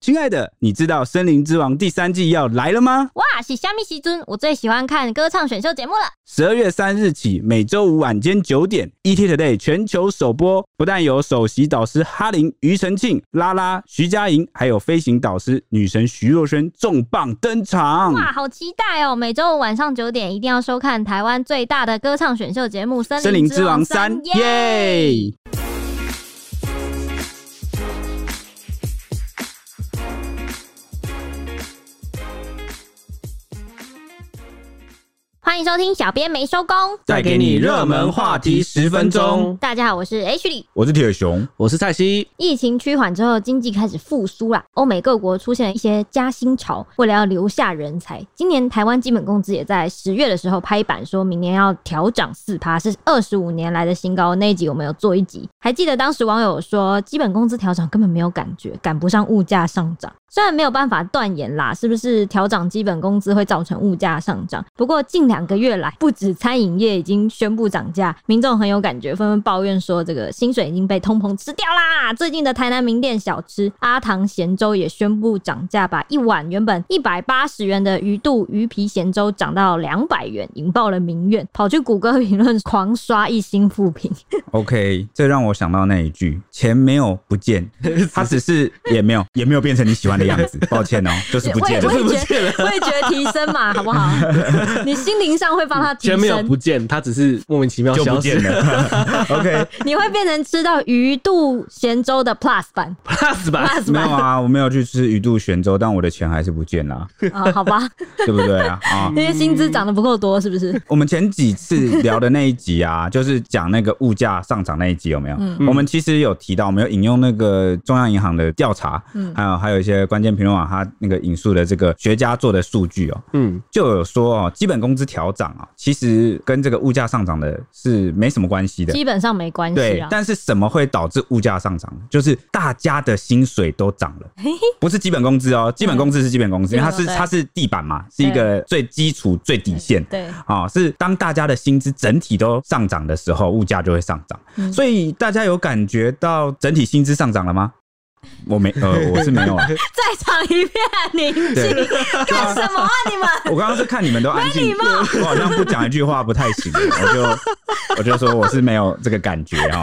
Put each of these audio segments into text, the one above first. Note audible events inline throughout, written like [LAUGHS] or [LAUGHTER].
亲爱的，你知道《森林之王》第三季要来了吗？哇，是虾米西尊，我最喜欢看歌唱选秀节目了。十二月三日起，每周五晚间九点，ETtoday 全球首播。不但有首席导师哈林、庾澄庆、拉拉、徐佳莹，还有飞行导师女神徐若瑄重磅登场。哇，好期待哦！每周五晚上九点一定要收看台湾最大的歌唱选秀节目《森森林林之王三三》，耶！欢迎收听《小编没收工》，带给你热门话题十分钟。大家好，我是 H 李。我是铁熊，我是蔡西，疫情趋缓之后，经济开始复苏啦，欧美各国出现了一些加薪潮，为了要留下人才，今年台湾基本工资也在十月的时候拍板，说明年要调涨四趴，是二十五年来的新高。那一集我们有做一集，还记得当时网友说，基本工资调涨根本没有感觉，赶不上物价上涨。虽然没有办法断言啦，是不是调涨基本工资会造成物价上涨？不过近两个月来，不止餐饮业已经宣布涨价，民众很有感觉，纷纷抱怨说这个薪水已经被通膨吃掉啦。最近的台南名店小吃阿唐咸粥也宣布涨价，把一碗原本一百八十元的鱼肚鱼皮咸粥涨到两百元，引爆了民怨，跑去谷歌评论狂刷一星负评。 [LAUGHS] OK，这让我想到那一句：钱没有不 [LAUGHS] 见，它只是也没有也没有变成你喜欢的样 [LAUGHS] 子。抱歉哦，就是不我也见我了。也觉得，我也觉得提升嘛，好不好？ [LAUGHS] 你心灵上会帮他提全没有升不，见，他只是莫名其妙就不消失见。了。OK， [LAUGHS] 你会变成吃到鱼肚咸粥的 Plus [LAUGHS] 版 Plus 吧， ，Plus 没有版啊，我没有去吃鱼肚玄州，但我的钱还是不见啦，啊，好吧，对不对啊？啊，因为薪资涨得不够多，是不是？我们前几次聊的那一集啊，就是讲那个物价上涨那一集，有没有？我们其实有提到，我们有引用那个中央银行的调查，还有还有一些关键评论网它那个引述的这个学家做的数据哦，嗯，就有说哦，基本工资调涨啊，其实跟这个物价上涨的是没什么关系的。基本上没关系对啊，。但是什么会导致物价上涨？就是大家的薪水都涨 [LAUGHS] 了，不是基本工资哦，基本工资是基本工资，因为它是基本工资它是地板嘛，是一个最基础最底线。对，啊、是当大家的薪资整体都上涨的时候，物价就会上涨。嗯所以大家有感觉到整体薪资上涨了吗？我没， [LAUGHS] 呃，我是没有啊。再唱一遍，宁对静， [LAUGHS] 干什么啊你们？我刚刚是看你们都安静，我好像不讲一句话不太行，我就我就说我是没有这个感觉哈、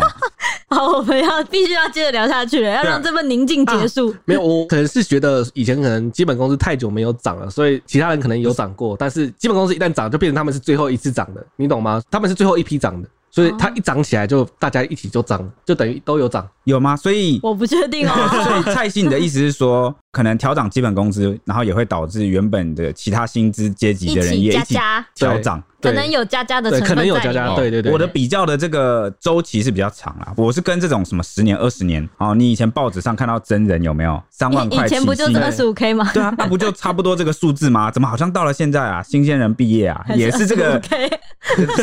好，我们要必须要接着聊下去了，要让这份宁静结啊束。没有，我可能是觉得以前可能基本工资太久没有涨了，所以其他人可能有涨过，但是基本工资一旦涨，就变成他们是最后一次涨的，你懂吗？他们是最后一批涨的，所哦以它一涨起来就大家一起就涨，就等于都有涨。有吗？所以我不确定哦。 [LAUGHS] 所以蔡信的意思是说，可能调涨基本工资，然后也会导致原本的其他薪资阶级的人一起也一加起加调涨。可对能有佳佳的成对，分可能有在加里面加，啊对对对，我的比较的这个周期是比较长啦，我是跟这种什么十年、二十年哦，你以前报纸上看到真人有没有三万以块以起前不就薪是二十五 K 吗？对啊，那不就差不多这个数字吗？怎么好像到了现在啊，新鲜人毕业啊，也是这 [LAUGHS] 个 K，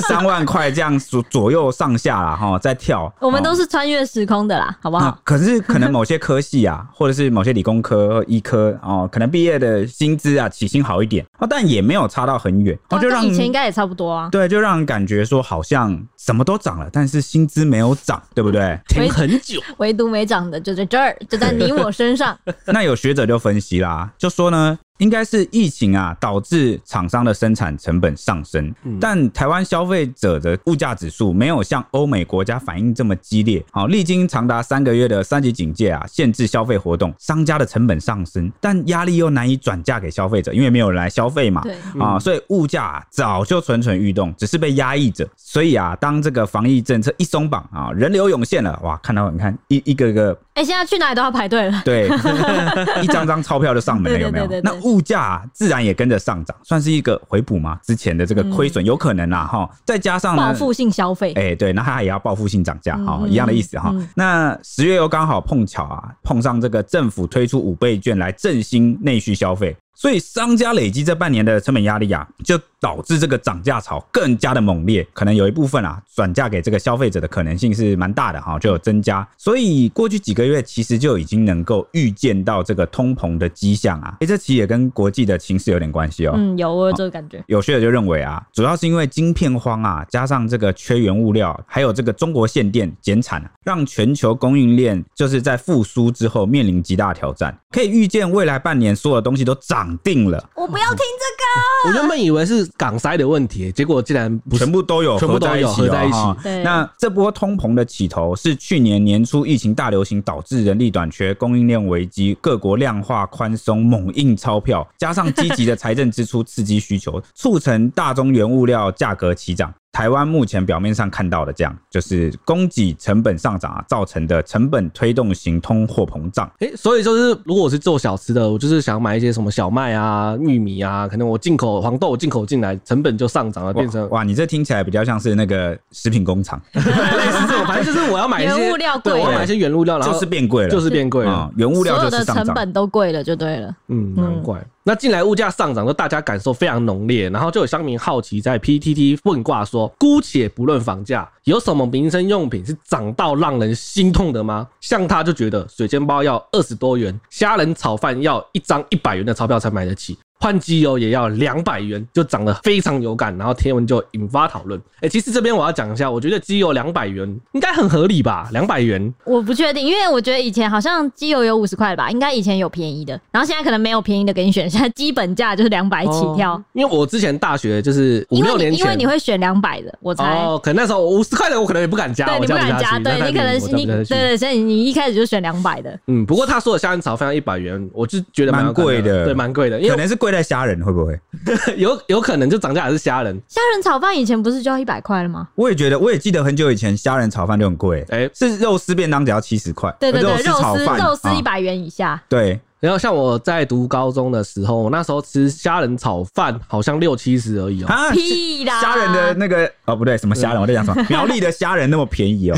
三万块这样左左右上下啦，哈，在跳。我们哦都是穿越时空的啦，好不好啊？，可是可能某些科系啊， [LAUGHS] 或者是某些理工科、医科哦，可能毕业的薪资啊，起薪好一点哦，但也没有差到很远，哦，哦就跟让以前应该也差不多啊。对，就让人感觉说好像什么都涨了，但是薪资没有涨，对不对？停很 [LAUGHS] 久，唯独没长的就在这儿，就在你我身上。 [LAUGHS] 那有学者就分析啦，就说呢，应该是疫情啊导致厂商的生产成本上升，但台湾消费者的物价指数没有像欧美国家反应这么激烈。好、历经长达三个月的三级警戒啊，限制消费活动，商家的成本上升，但压力又难以转嫁给消费者，因为没有人来消费嘛。对，啊、所以物价、啊、早就蠢蠢欲动，只是被压抑着。所以啊，当这个防疫政策一松绑啊，人流涌现了，哇，看到你看一一个个哎，现在去哪里都要排队了。 [LAUGHS] 对，一张张钞票就上门了，对对有没有？对对那对物价、啊、自然也跟着上涨，算是一个回补吗？之前的这个亏嗯损有可能啦，哈、再加上呢报复性消费，哎、对，那它也要报复性涨价哈，嗯一样的意思哈、嗯那十月又刚好碰巧啊，碰上这个政府推出五倍券来振兴内需消费，所以商家累积这半年的成本压力啊，就导致这个涨价潮更加的猛烈，可能有一部分啊转嫁给这个消费者的可能性是蛮大的哈，就有增加。所以过去几个月其实就已经能够预见到这个通膨的迹象啊。诶、这其实也跟国际的情势有点关系哦。嗯，有我有这个感觉。有学者就认为啊，主要是因为晶片荒啊，加上这个缺原物料，还有这个中国限电减产、啊，让全球供应链就是在复苏之后面临极大挑战。可以预见，未来半年所有的东西都涨定了，我不要听我原本以为是港塞的问题，结果竟然不是全。部都有全部合都在一有起、哦，合在一起哈这个。对，那这波通膨的起头是去年年初疫情大流行导致人力短缺、供应链危机，各国量化宽松、猛印钞票，加上积极的财政支出刺激需求，促成大宗原物料价格齐涨。台湾目前表面上看到的这样，就是供给成本上涨啊造成的成本推动型通货膨胀。哎、所以就是，如果我是做小吃的，我就是想买一些什么小麦啊、玉米啊，可能我进口黄豆进口进来，成本就上涨了，哇变成哇，你这听起来比较像是那个食品工厂，类似这种，反正就是我要买一些原物料贵对，了我要买一些原物料，然后就是变贵了，就是变贵了。啊、原物料所有就是的上成涨。本都贵了，就对了。嗯，难怪。那近来物价上涨，都大家感受非常浓烈，然后就有乡民好奇在 PTT 问卦说：姑且不论房价，有什么民生用品是涨到让人心痛的吗？像他就觉得水煎包要二十多元，虾仁炒饭要一张一百元的钞票才买得起。换机油也要两百元，就涨得非常有感，然后贴文就引发讨论。哎、其实这边我要讲一下，我觉得机油两百元应该很合理吧？两百元我不确定，因为我觉得以前好像机油有五十块吧，应该以前有便宜的，然后现在可能没有便宜的给你选，现在基本价就是两百起跳。哦因为我之前大学就是五因六为年你前，因为你会选两百的，我猜。哦，可能那时候五十块的我可能也不敢加，对，我你不加敢下加，去对你可能是你对。那太便宜我加不下去对，所以你一开始就选两百的，嗯，不过他说的虾仁炒饭要一百元，我就觉得有感蛮贵的对，蛮贵的，因可为能是贵在虾仁，会不会？ [LAUGHS] 有有可能就涨价还是虾仁，虾仁炒饭以前不是就要一百块了吗？我也觉得，我也记得很久以前虾仁炒饭就很贵、哎、是肉丝便当只要七十块，呃对对对，丝炒肉丝饭肉丝一、啊百元以下，对，然后像我在读高中的时候，我那时候吃虾仁炒饭好像六七十而已哦、啊屁啦！虾仁的那个哦不对，什么虾仁？我在讲什 [LAUGHS] 么？苗栗的虾仁那么便宜哦，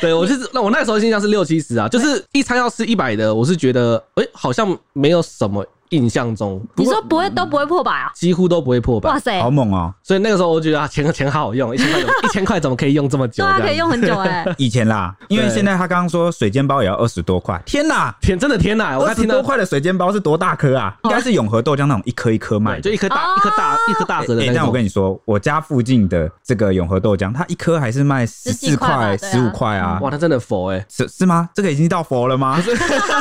对，我就是那我那时候印象是六七十啊，就是一餐要吃一百的，我是觉得哎、好像没有什么印象中，不你过嗯说不会都不会破百啊？几乎都不会破百哇。塞好，猛哦！所以那个时候我觉得啊，钱钱好好用，一千块怎么一千块怎么可以用这么久？对啊，这样可以用很久哎、以前啦，因为对现在他刚刚说水煎包也要二十多块，天哪！天真的天啊哪！我二刚十听多到块的水煎包是多大颗啊？应该是永和豆浆那种一颗一颗卖对，就的。一颗大、哦一颗大一颗大盒的哎那但我种。跟你说，我家附近的这个永和豆浆，它一颗还是卖十十几四块吧块、对啊十五块啊？哇，他真的佛哎、是是吗？这个已经到佛了吗？ [LAUGHS]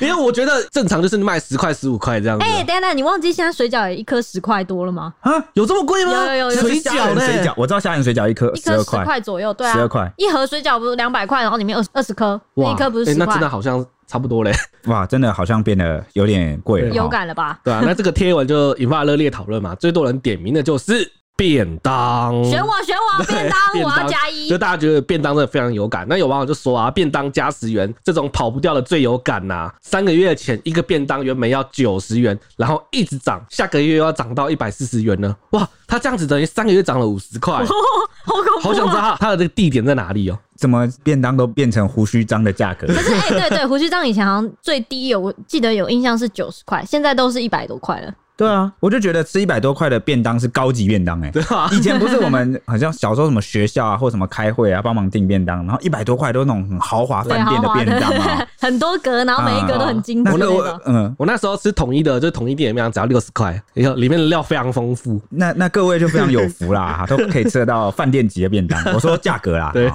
因为我觉得正常就是卖十块、十五块这样子，哎、等一下等一下，你忘记现在水饺也一颗十块多了吗？啊，有这么贵吗？有有有有水虾饺欸仁呢？水饺，我知道虾仁水饺一颗一十颗二十块，块左右，对啊， 12块一盒水饺不是两百块，然后里面二二十颗，那一颗不是哎十那块、真的好像差不多嘞， [LAUGHS] 哇，真的好像变得有点贵了哈。有感了吧？对啊，那这个贴文就引发热烈讨论嘛，最多人点名的就是便当，选我选我对便当，便我要当加一哦就。大家觉得便当真的非常有感。那有网友就说啊，便当加十元这种跑不掉的最有感呐、三个月前一个便当原本要九十元，然后一直涨，下个月又要涨到一百四十元呢。哇，它这样子等于三个月涨了五十块，好恐怖、啊！ [LAUGHS] 好想 [LAUGHS] 知道它的这个地点在哪里哦。怎么便当都变成胡须章的价 [LAUGHS] 格？可是哎、对对，胡须章以前好像最低有，我记得有印象是九十块，现在都是一百多块了。对啊，我就觉得吃一百多块的便当是高级便当哎、对啊吧？以前不是我们好像小时候什么学校啊或什么开会啊帮忙订便当，然后一百多块都是那种很豪华对，饭豪店的华便当啊，很多格， [LAUGHS] 然后每一格都很精致那个那种。我嗯。我那时候吃统一的，就是统一店里面只要六十块， [LAUGHS] 然后里面的料非常丰富。那那各位就非常有福啦，都可以吃得到饭店级的便当。我说价格啦， [LAUGHS] 对啊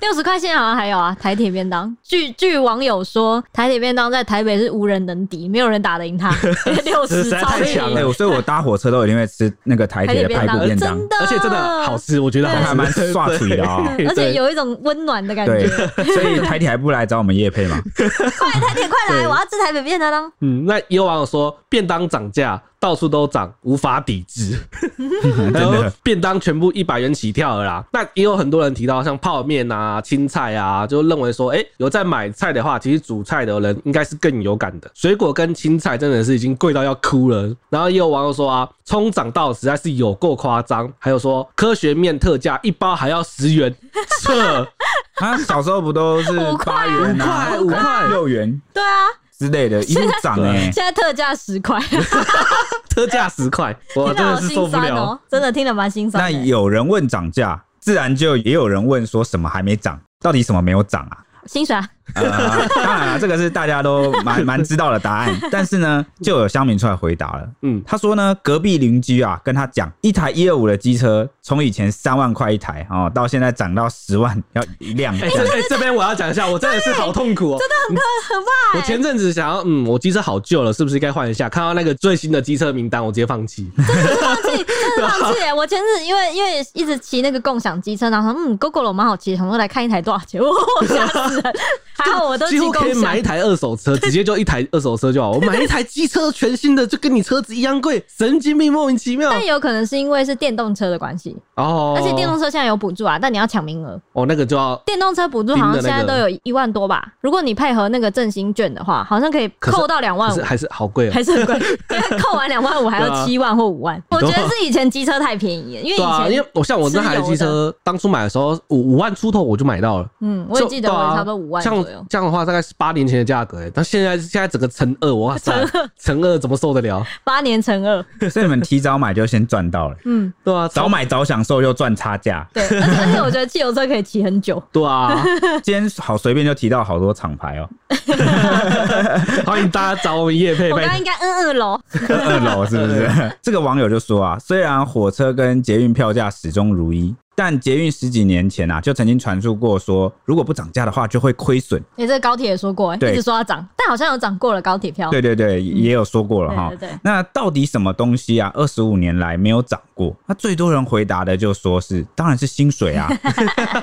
六十块现在好像还有啊，台铁便当。据据网友说，台铁便当在台北是无人能敌，没有人打得赢 [LAUGHS] 它。六实十在超太便强宜了，对，所以哎我搭火车都一定会吃那个台台铁铁的排便当骨便当真，的，啊而且真的好吃，我觉得好都吃啊还蛮刷嘴的啊、对而且有一种温暖的感觉对。， [LAUGHS] 所以台铁还不来找我们叶配嘛？快台铁快来，我要吃台北便当。嗯，那也有网友说，便当涨价到处都涨，无法抵制。 [LAUGHS] 真然后的，便当全部一百元起跳了啦。那也有很多人提到，像泡面啊、青菜啊，就认为说，哎、有在买菜的话，其实煮菜的人应该是更有感的。水果跟青菜真的是已经贵到要哭了。然后也有网友说啊，冲涨到实在是有够夸张，还有说科学面特价一包还要十元，撤啊，小时候不都是五块八啊元啊、五块五块六元对啊，啊嗯之类的，一路涨哎、现在特价十块，特价十块，我 [LAUGHS] 听真到的好是受心不酸 [LAUGHS] 了。哦，真的听得蛮心酸那的。有人问涨价，自然就也有人问说什么还没涨，到底什么没有涨啊？薪水啊， [LAUGHS] 呃， [LAUGHS] 当然了，这个是大家都蛮蛮知道的答案。但是呢，就有乡民出来回答了。嗯，他说呢，隔壁邻居啊跟他讲，一台一二五的机车从以前三万块一台哦，到现在涨到十万，要一辆。哎、这哎、这边我要讲一下，我真的是好痛苦哦、真的很很哎怕、我前阵子想要，嗯，我机车好旧了，是不是该换一下？看到那个最新的机车名单，我直接放 [LAUGHS] 弃。真的放 [LAUGHS] 弃耶！我前日因为因为一直骑那个共享机车，然后说嗯，GoGo 蛮好骑，想说来看一台多少钱，我吓死 [LAUGHS] 人！还好我都骑几乎可共以买享一。台二手车，直接就一台二手车就好。我买一台机 [LAUGHS] 车，全新的就跟你车子一样贵，神经病，莫名其妙。但有可能是因为是电动车的关系，哦，而且电动车现在有补助啊，但你要抢名额。哦，那个就要电动车补助好像现在都有一万多吧，如果你配合那个振兴券的话，好像可以可是扣到两可万是五，还是好贵哦、还是很贵， [LAUGHS] 因为扣完两万五还对要啊七万或五万。我觉得是以前机车太便宜了，因为对啊，以因前为我像我那台机吃车，当初买的时候五五万出头我就买到了。嗯，我也记得就我对啊差不多五万像左右。这样的话，大概是八年前的价格、欸，但现在现在整个乘二，[LAUGHS] 哇塞，乘二怎么受得了？八年乘二，所以你们提早买就先赚到了，嗯，对啊，早买早享受又赚差 [LAUGHS] 价。对，而且而且我觉得汽油车可以骑很 [LAUGHS] 久。对啊，今天好随便就提到好多厂牌哦， [LAUGHS] 欢迎大家找我们叶佩我刚刚佩。应该嗯嗯喽，二楼是不 [LAUGHS] 是？这个网友就说啊，虽然火车跟捷运票价始终如一，但捷运十几年前啊就曾经传出过说，如果不涨价的话就会亏损。你、哎这个高铁也说过、欸，对一直说要涨，但好像有涨过了高铁票。对对对，也有说过了哈。嗯对对对那到底什么东西啊？二十五年来没有涨过？那最多人回答的就说是，当然是薪水 [LAUGHS] 啊， [LAUGHS]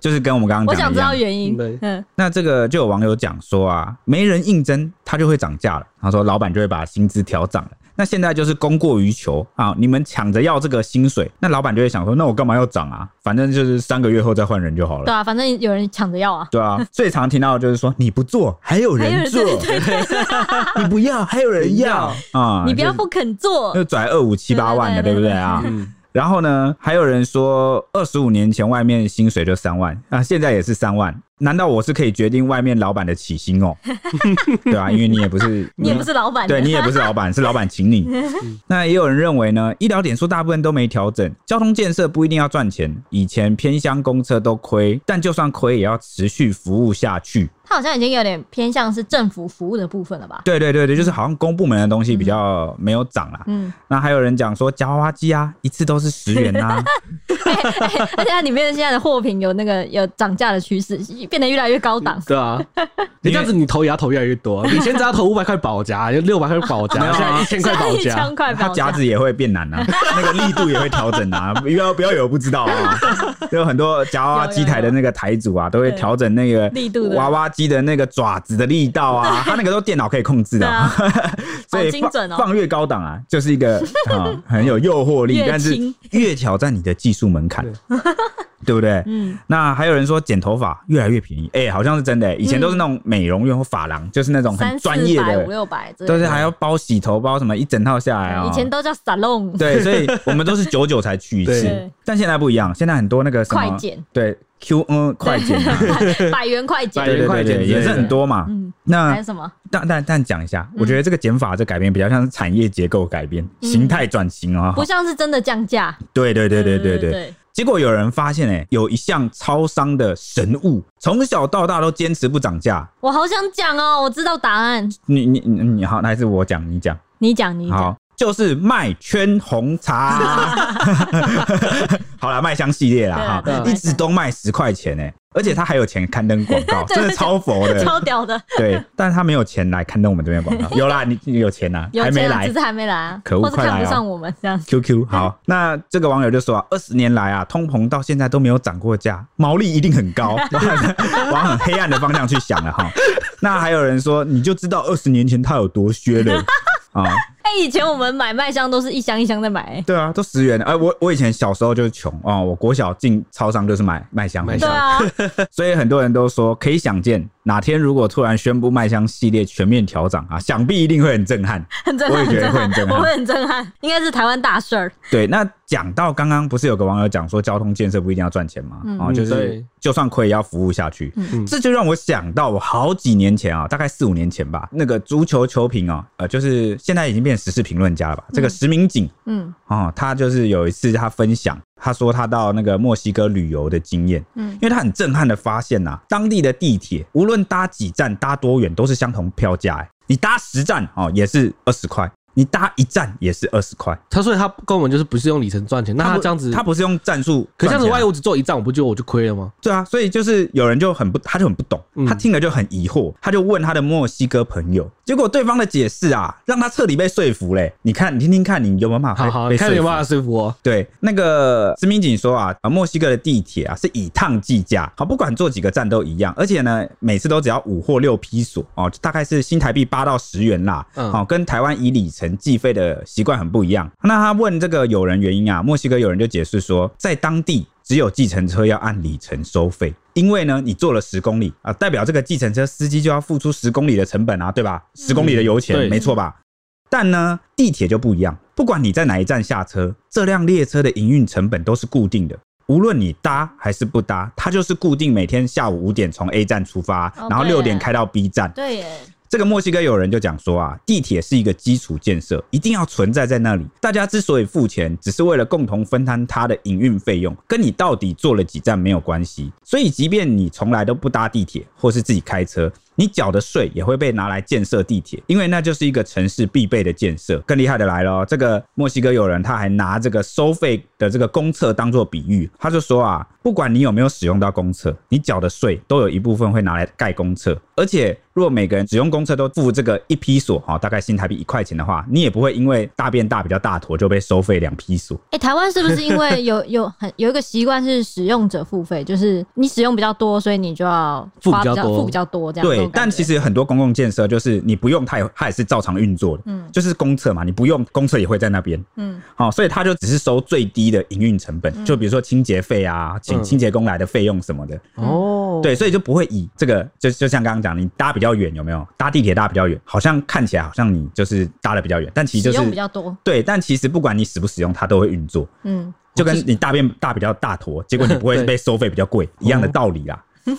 就是跟我们刚我刚讲的一想知道样。原因对。嗯，那这个就有网友讲说啊，没人应征，它就会涨价了。他说老板就会把薪资调涨了。那现在就是供过于求啊，你们抢着要这个薪水，那老板就会想说，那我干嘛要涨啊？反正就是三个月后再换人就好对了。啊，反正有人抢着要啊。对啊，最常听到的就是说你不做，还有还有人人做；对对对，你不要，还有人要 [LAUGHS] 啊！你不要就呃不肯做就，拽二五七八万的，对对不对对对啊？嗯，然后呢，还有人说二十五年前外面薪水就三万啊，现在也是三万，难道我是可以决定外面老板的起薪 [LAUGHS] 哦？对啊，因为你也不是你也不。是老嗯板，嗯对你也不是老板，是老板请你。那也有人认为呢，医疗点数大部分都没调整，交通建设不一定要赚钱。以前偏乡公车都亏，但就算亏也要持续服务下去。他好像已经有点偏向是政府服务的部分了吧？对对对对，就是好像公部门的东西比较没有涨啦。 [LAUGHS] 嗯，那还有人讲说夹娃娃机啊，一次都是十元 [LAUGHS] 啊，而且它里面现在的货品有那个有涨价的趋势，变得越来越 [LAUGHS] 高档。对啊，因你为这样子你投也要投越来越多，以前只要投五百块保夹，就六百块保夹没有，啊现在一千块保一夹千，块它保夹子也会变难啊，那个力度也会调整啊，不要不要有不知道啊，有很多夹娃娃机台的那个台主啊，都会调整那个力度的娃娃机的那个爪子的力道啊，它那个都电脑可以控制对的啊， [LAUGHS] 啊，所以好精准哦放放越高档啊，就是一 [LAUGHS] 个啊很有诱惑力越，但是轻越挑战你的技术门槛，对不对？嗯，那还有人说剪头发越来越便宜，哎、好像是真的、以前都是那种美容院或发廊，就是那种嗯三很四专业百五的，六百之类的，都是还要包洗头包什么一整套下来啊、以前都叫 salon， [LAUGHS] 对，所以我们都是九九才去一次对，但现在不一样，现在很多那个什么快剪，对 Q N 快剪啊，百元 [LAUGHS] 快百剪，对对快对剪对，之类也是的很多嘛。嗯，还那有什么？但但但讲一下，我觉得这个减法这改变比较像是产业结构改变、形态转型啊。嗯不像是真的降价。对对对对对对。对，结果有人发现，哎，有一项超商的神物，从小到大都坚持不涨价。我好想讲哦，我知道答案，你你你你好，那还是我讲，你讲你讲你讲，好。就是麦圈红茶， [LAUGHS] 好啦，麦香系列对啊啦对啊哈，一直都卖十块钱哎、而且他还有钱刊登广告， [LAUGHS] 对真的超佛的，超屌的， [LAUGHS] 对，但是他没有钱来刊登我们这边广告，有啦，你你有钱啦，有还没钱啊，来只是还没来啊，可恶或是快来看不啊上我们这样。 ，QQ 嗯好，那这个网友就说啊，二十年来啊，通膨到现在都没有涨过价，毛利一定很 [LAUGHS] 高，往很黑暗的方向去想了哈。那还有人说，你就知道二十年前它有多削 [LAUGHS] 了啊。哎，以前我们买麦香都是一箱一箱在买，哎对啊，都十元。哎、我我以前小时候就是穷哦，我国小进超商就是买麦香麦红对香茶，啊，所以很多人都说可以想见，哪天如果突然宣布麦香系列全面调涨啊，想必一定会很震撼。很震我撼，也觉得会很很震震撼，撼我会很震撼，应该是台湾大事儿。对，那讲到刚刚不是有个网友讲说交通建设不一定要赚钱吗？嗯啊，就嗯是对就算亏也要服务下去。嗯这就让我想到我好几年前啊，大概四五年前吧，那个足球球评啊，呃，就是现在已经变时事评论家了吧？这个石明景嗯哦，他就是有一次他分享，他说他到那个墨西哥旅游的经验，嗯因为他很震撼的发现呐、当地的地铁无论搭几站、搭多远，都是相同票价、欸。你搭十站哦，也是二十块；你搭一站也是二十块。他所以他根本就是不是用里程赚钱，那他不这样子，他不是用战术可赚钱啊，这样子，万一我只做一站，我不就我就亏了吗？对啊，所以就是有人就很不，他就很不懂，嗯他听了就很疑惑，他就问他的墨西哥朋友，结果对方的解释啊，让他彻底被说服嘞、你看，你听听看，啊你有没有办法好被好，被说你看服？有没有办法说服我？对，那个石明景说啊，啊，墨西哥的地铁啊是以趟计价，好，不管坐几个站都一样，而且呢，每次都只要五或六批索哦，大概是新台币八到十元啦，嗯哦，跟台湾以里程计费的习惯很不一样。那他问这个有人原因啊，墨西哥有人就解释说，在当地。只有计程车要按里程收费，因为呢，你坐了十公里啊、代表这个计程车司机就要付出十公里的成本啊，对吧？十公里的油嗯钱，对没错吧？但呢，地铁就不一样，不管你在哪一站下车，这辆列车的营运成本都是固定的。无论你搭还是不搭，它就是固定每天下午五点从 A 站出发哦，然后对六点开到 B 站。对耶，这个墨西哥有人就讲说啊，地铁是一个基础建设，一定要存在在那里。大家之所以付钱，只是为了共同分摊它的营运费用，跟你到底坐了几站没有关系。所以，即便你从来都不搭地铁，或是自己开车，你缴的税也会被拿来建设地铁，因为那就是一个城市必备的建设。更厉害的来了哦，这个墨西哥友人他还拿这个收费的这个公厕当做比喻，他就说啊，不管你有没有使用到公厕，你缴的税都有一部分会拿来盖公厕，而且如果每个人只用公厕都付这个一批索哈、哦，大概新台币一块钱的话，你也不会因为大便大比较大坨就被收费两批索。哎、台湾是不是因为有 [LAUGHS] 有很有一个习惯是使用者付费，就是你使用比较多，所以你就要付花比较多付比较多这样。这对种，感但觉其实有很多公共建设就是你不用它也，它也是照常运作的。嗯就是公厕嘛，你不用公厕也会在那边。嗯哦，所以他就只是收最低的营运成本，就比如说清洁费啊，请嗯清洁工来的费用什么的，哦，对，所以就不会以这个，就就像刚刚讲，你搭比较远有没有？搭地铁搭比较远，好像看起来好像你就是搭的比较远，但其实就使用比是较多，对，但其实不管你使不使用，它都会运作，嗯，就跟你大便大比较大坨，结果你不会 [LAUGHS] 对哦被收费比较贵一样的道理啦。 [LAUGHS]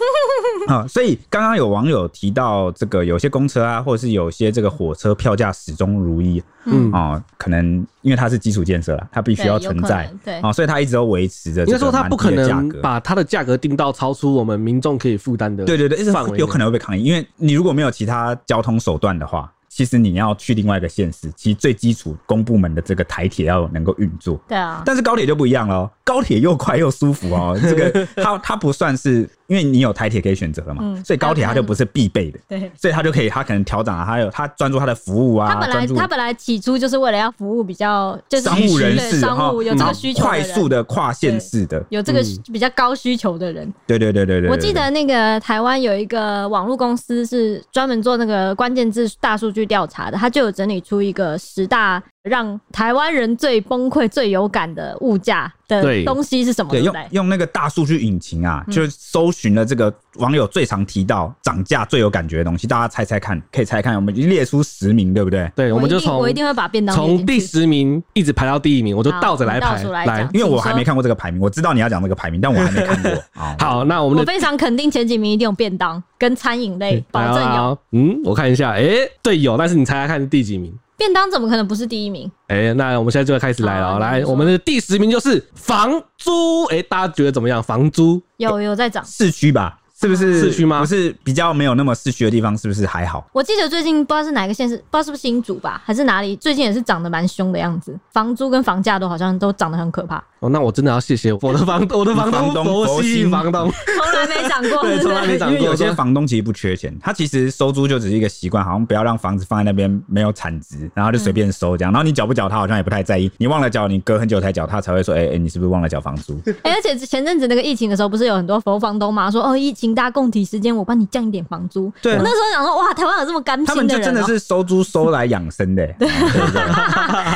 啊、所以刚刚有网友提到这个，有些公车啊，或者是有些这个火车票价始终如一，嗯，哦，可能因为它是基础建设啦，它必须对要有存可在能，对哦，所以它一直都维持着。应该说他不可价能格，把它的价格定到超出我们民众可以负担的对对对，一直范围内，有可能会被抗议，因为你如果没有其他交通手段的话，其实你要去另外一个县市，其实最基础公部门的这个台铁要能够运作。对啊，但是高铁就不一样了哦，高铁又快又舒服 [LAUGHS] 哦。这个它它不算是，因为你有台铁可以选择了嘛，嗯所以高铁它就不是必备的，对。所以它就可以，它可能调整啊，还有它专注它的服务啊，他本来专注他本来起初就是为了要服务比较就是商务人士对哈商务有这然后个需求的快人，速的跨县市的，有这个嗯比较高需求的人，对对对对对。我对记对得那个台湾有一个网络公司是专门做那个关键字大数据调查的，它就有整理出一个十大让台湾人最崩溃、最有感的物价的对东西是什么？对，对不用对？用那个大数据引擎啊，嗯就搜寻了这个网友最常提到涨价最有感觉的东西，大家猜猜看，可以猜看，我们列出十名，对不对？对，我们一就定从我一定会把便当列进从去第十名一直排到第一名，我就好倒着来倒排数来讲因为我请说还没看过这个排名，我知道你要讲这个排名，但我还没 [LAUGHS] 看过啊。好，那我们我的非常肯定前几名一定有便当跟餐饮类，保证来有啊嗯，我看一下，哎，对，有，但是你猜猜看是第几名？便当，怎么可能不是第一名？哎，那我们现在就要开始来了好哦，来，你说我们的第十名就是房租，哎，大家觉得怎么样？房租有有在涨。市区吧，是不是？市区吗不是比较没有那么市区的地方，是不是还好？我记得最近不知道是哪个县市，不知道是不是新竹吧，还是哪里，最近也是涨得蛮凶的样子，房租跟房价都好像都涨得很可怕。哦，那我真的要谢谢我的 [LAUGHS] 房，我的房房东东佛佛系心房东，从来没涨过，对是不是从来没涨因为过有些说房东其实不缺钱，他其实收租就只是一个习惯，好像不要让房子放在那边没有产值，然后就随便收这样。然后你缴不缴，他好像也不太在意。你忘了缴，你隔很久才缴，他才会说：“哎、哎、你是不是忘了缴房租？”哦欸而且前阵子那个疫情的时候，不是有很多佛房东嘛，说哦，疫情大家共体时间，我帮你降一点房租。对我那时候想说，哇，台湾有这么甘他心们就人、哦，真的是收租收 [LAUGHS] 来养生的、欸。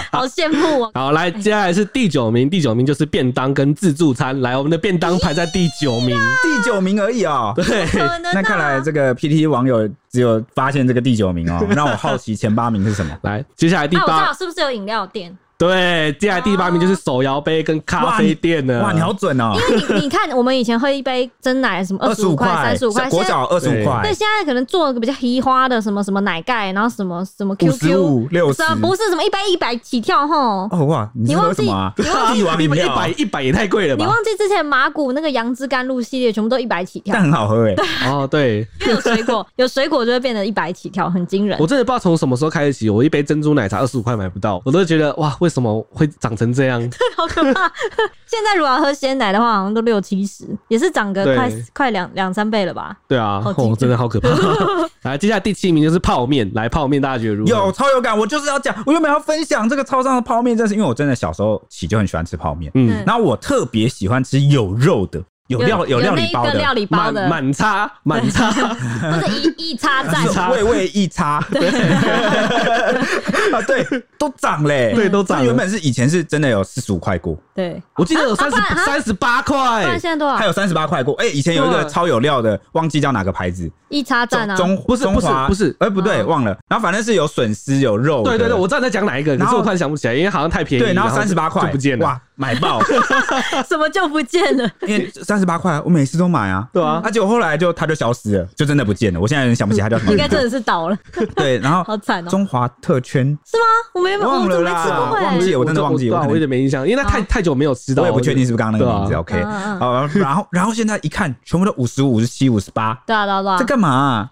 好羡慕哦。 [LAUGHS] 好，来，接下来是第九名，第九名就就是便当跟自助餐，来，我们的便当排在第九名，第九名而已哦。 [LAUGHS] 对，。可能啊那看来这个 PT 网友只有发现这个第九名哦，让我好奇前八名是什么来，接下来第啊，我知八，道是不是有饮料店？啊对，接下来第八名就是手摇杯跟咖啡店啊了。哇，你好准哦，因为你你看，我们以前喝一杯真奶什么二十五25块、三十五块，国现在脚二十五块对，，现在可能做个比较稀花的，什么什么奶盖，然后什么什么五十 QQ，五六十什，么不是什么一杯一百起跳吼。哦哇，你你是忘喝记什么啊？[LAUGHS] [LAUGHS] 一帝王饮一料百一百也太贵了你吧？忘记之前麻古那个杨枝甘露系列全部都一百起跳 [LAUGHS] 但，很好喝哎，哦，对，因为有水果， [LAUGHS] 有水果就会变成一百起跳，很惊人我。真的不知道从什么时候开始起，我一杯珍珠奶茶二十五块买不到，我都觉得哇，为什么会长成这样？好可怕！现在如果要喝鲜奶的话，好像都六七十，也是涨个对快快两两三倍了吧？对啊，好激哦，动真的好可怕。来，接下来第七名就是泡面，来泡面，大家觉得如何？有超有感，我就是要讲，我原本要分享这个超商的泡面，真是因为我真的小时候起就很喜欢吃泡面，嗯嗯，然后我特别喜欢吃有肉的，有料有料理包那个的，料理包满的，满差满差，不 [LAUGHS] 是一一插在是一插味味一 [LAUGHS] 插， [LAUGHS] 啊对，都涨嘞，嗯对都涨了这原本是以前是真的有四十五块过，对，我记得有三十啊不然啊三十八不然块，现在多哎还少？有三十八块过。哎、以前有一个对超有料的，忘记叫哪个牌子，一插站啊，中不是中华不是不是哎、不对，嗯忘了。然后反正是有笋丝有肉的，对对对，我知道你在讲哪一个，可然是后我突然想不起来，因为好像太便宜，对，然后三十八块就不见了，哇，买 [LAUGHS] 爆， [LAUGHS] 什么就不见 [LAUGHS] 了？因为三十八块我每次都买啊。对啊，而且我后来就它就消失了，就真的不见了。我现在有点想不起它叫什么应名该真字。的是倒了，对，然后好惨哦！中华特圈是吗？我没我忘们了怎么没啦吃过哎忘记了我真的忘记我我可能我有点没印象，因为它太啊太久没有吃到，我也不确定是不是刚刚那个名字对啊，OK。嗯嗯嗯好，然后然后现在一看，全部都五十五、五十七、五十八，对啊对啊对啊，这干嘛 [LAUGHS] 啊？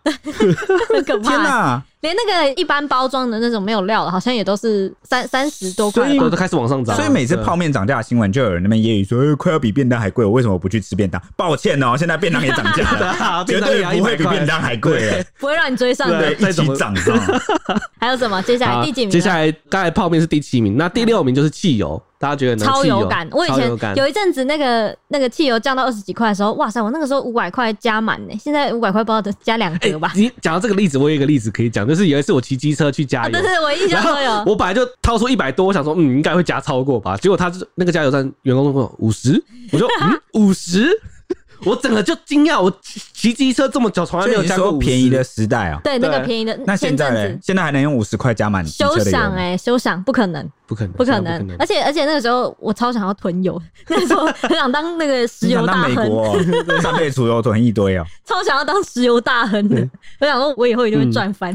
很可天怕，哪！连那个一般包装的那种没有料的，好像也都是三三十多块对吧都。开始往上涨，所以每次泡面涨价的新闻，就有人那边揶揄说、哎快要比便当还贵，我为什么不去吃便当？抱歉 [LAUGHS] 哦，现在便当也涨价了，啊，绝对不会比便当还贵了，不会让你追上的对，对。再一怎起么涨上。 [LAUGHS] 还有什么？接下来好第几名呢？啊接下来大概泡面是第七名，那第六名就是汽油，大家觉得呢？超汽有感！我以超前有感有一阵子那个那个汽油降到二十几块的时候，哇塞！我那个时候五百块加满呢，现在五百块不知道得加两哎格吧，？你讲到这个例子，我有一个例子可以讲，就是有一次我骑机车去加啊，油但。是我印象哎然后中有，我本来就掏出一百多，我想说，嗯，应该会加超过吧。结果他就是那个加油站员工跟我五十，[LAUGHS] 我就嗯五十， [LAUGHS] 我整个就惊讶，我骑骑机车这么久从来所没以有你加过说便宜50的时代啊，对那对个便宜的，那现在前呢阵？子现在还能用五十块加满机休车的油想吗？哎、休想，不可能，不可能，不可真的能！而且而且那个时候我超想要囤油， [LAUGHS] 那时候很想当那个石你油想当大美亨，国 [LAUGHS] 哦三倍储油囤一堆哦，超想要当石油大亨的。嗯我想说，我以后一定会赚翻。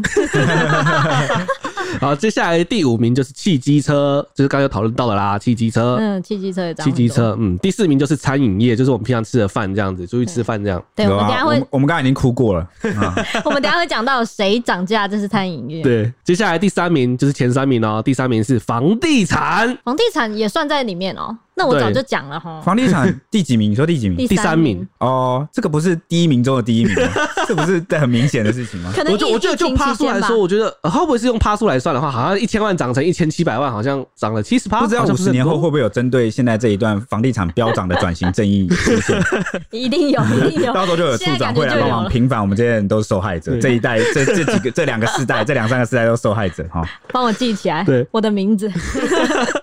好，接下来第五名就是汽机车，就是刚才讨论到的啦，汽机车。嗯，汽机车也涨汽很多机，车，嗯，第四名就是餐饮业，就是我们平常吃的饭这样子，出去吃饭这样。对，我有们等一啊，下我会们，我们刚才已经哭过 [LAUGHS] 了，啊我们等一下会讲到谁涨价，这是餐饮业。对，接下来第三名就是前三名哦，第三名是房地产，房地产也算在里面哦、那我早对就讲了哈。房地产第几名？你说第几名？第三名，哦，这个不是第一名中的第一名 [LAUGHS] 吗，这不是很明显的事情吗？可能我就疫我觉得疫情就趴期数间来吧说，我觉得呃会不会是用趴数来算的话，好像一千万涨成一千七百万，好像涨了七十啊趴，不知道好像五不十是年很后多会不会有针对现在这一段房地产飙涨的转型正义出现？一定有，一定有。 [LAUGHS] 到时候就有处长会来帮忙平反我们这些人都是受害者，对这一代这这几个这两个世 [LAUGHS] 代，这两三个世代都是受害者哦哈。帮我记起来，对我的名字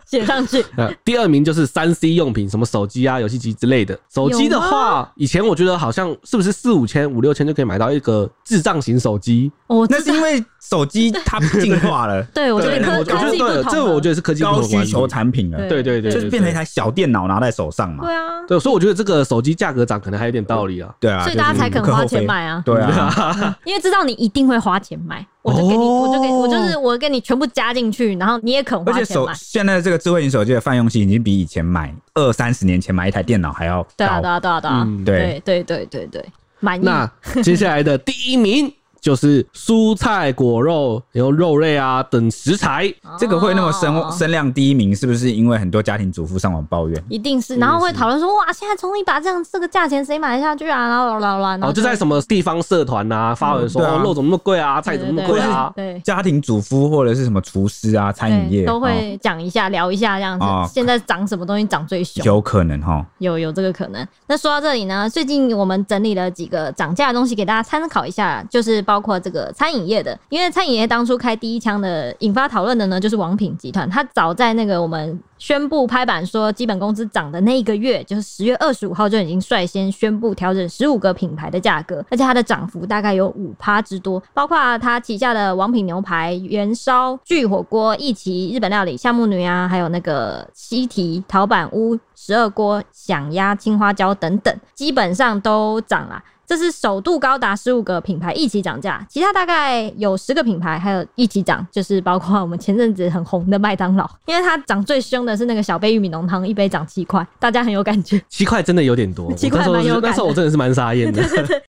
写上去。呃，第二名就是三 C 用品，什么手机啊、游戏机之类的。手机的话，以前我觉得好像是不是四五千、五六千就可以买到一个智障型手机？哦我那知是道因为手机它进化 [LAUGHS] 了，对我觉得对科我觉科得技对不了，同，这我觉得是科技不高同的需关系求产品了，对对对，就是变成一台。台小电脑拿在手上嘛对。啊，对，所以我觉得这个手机价格涨可能还有点道理啊。对啊，所以大家才肯花钱买啊就是 [LAUGHS] 无可厚非。对啊，因为知道你一定会花钱买，我就给你，哦我就给我就是我给你全部加进去，然后你也肯而花且钱手买。现在这个智慧型手机的泛用性已经比以前买二三十年前买一台电脑还要对啊，对高。啊，对啊，对啊，嗯对对对对对对，满意。那接下来的第一名就是蔬菜、果肉，然后肉类啊等食材。哦这个会那么声声量第一名，是不是因为很多家庭主妇上网抱怨？一定是，然后会讨论说，哇，现在葱一把这样这个价钱谁买得下去啊？然后啦啦啦，然哦，后就在什么地方社团啊发文说、嗯对啊哦肉怎么那么贵啊，菜对对怎么那么对贵啊？对，家庭主妇或者是什么厨师啊、餐饮对业都哦会讲一下、聊一下这样子。啊哦现在涨什么东西涨最凶？有可能哈。有有这个可能。那说到这里呢，最近我们整理了几个涨价的东西给大家参考一下，就是包包括这个餐饮业的，因为餐饮业当初开第一枪的引发讨论的呢，就是王品集团，它早在那个我们宣布拍板说基本工资涨的那一个月，就是十月二十五号就已经率先宣布调整十五个品牌的价格，而且它的涨幅大概有五趴之多，包括啊它旗下的王品牛排、元烧、聚火锅、一奇、日本料理、夏目女啊，还有那个西提、陶板屋、十二锅、响鸭、青花椒等等，基本上都涨啦。这是首度高达十五个品牌一起涨价，其他大概有十个品牌还有一起涨，就是包括我们前阵子很红的麦当劳，因为它涨最凶的是那个小杯玉米浓汤，一杯涨七块，大家很有感觉。七块真的有点多，七块我那时候蛮有感是的那时候我真的是蛮傻眼的。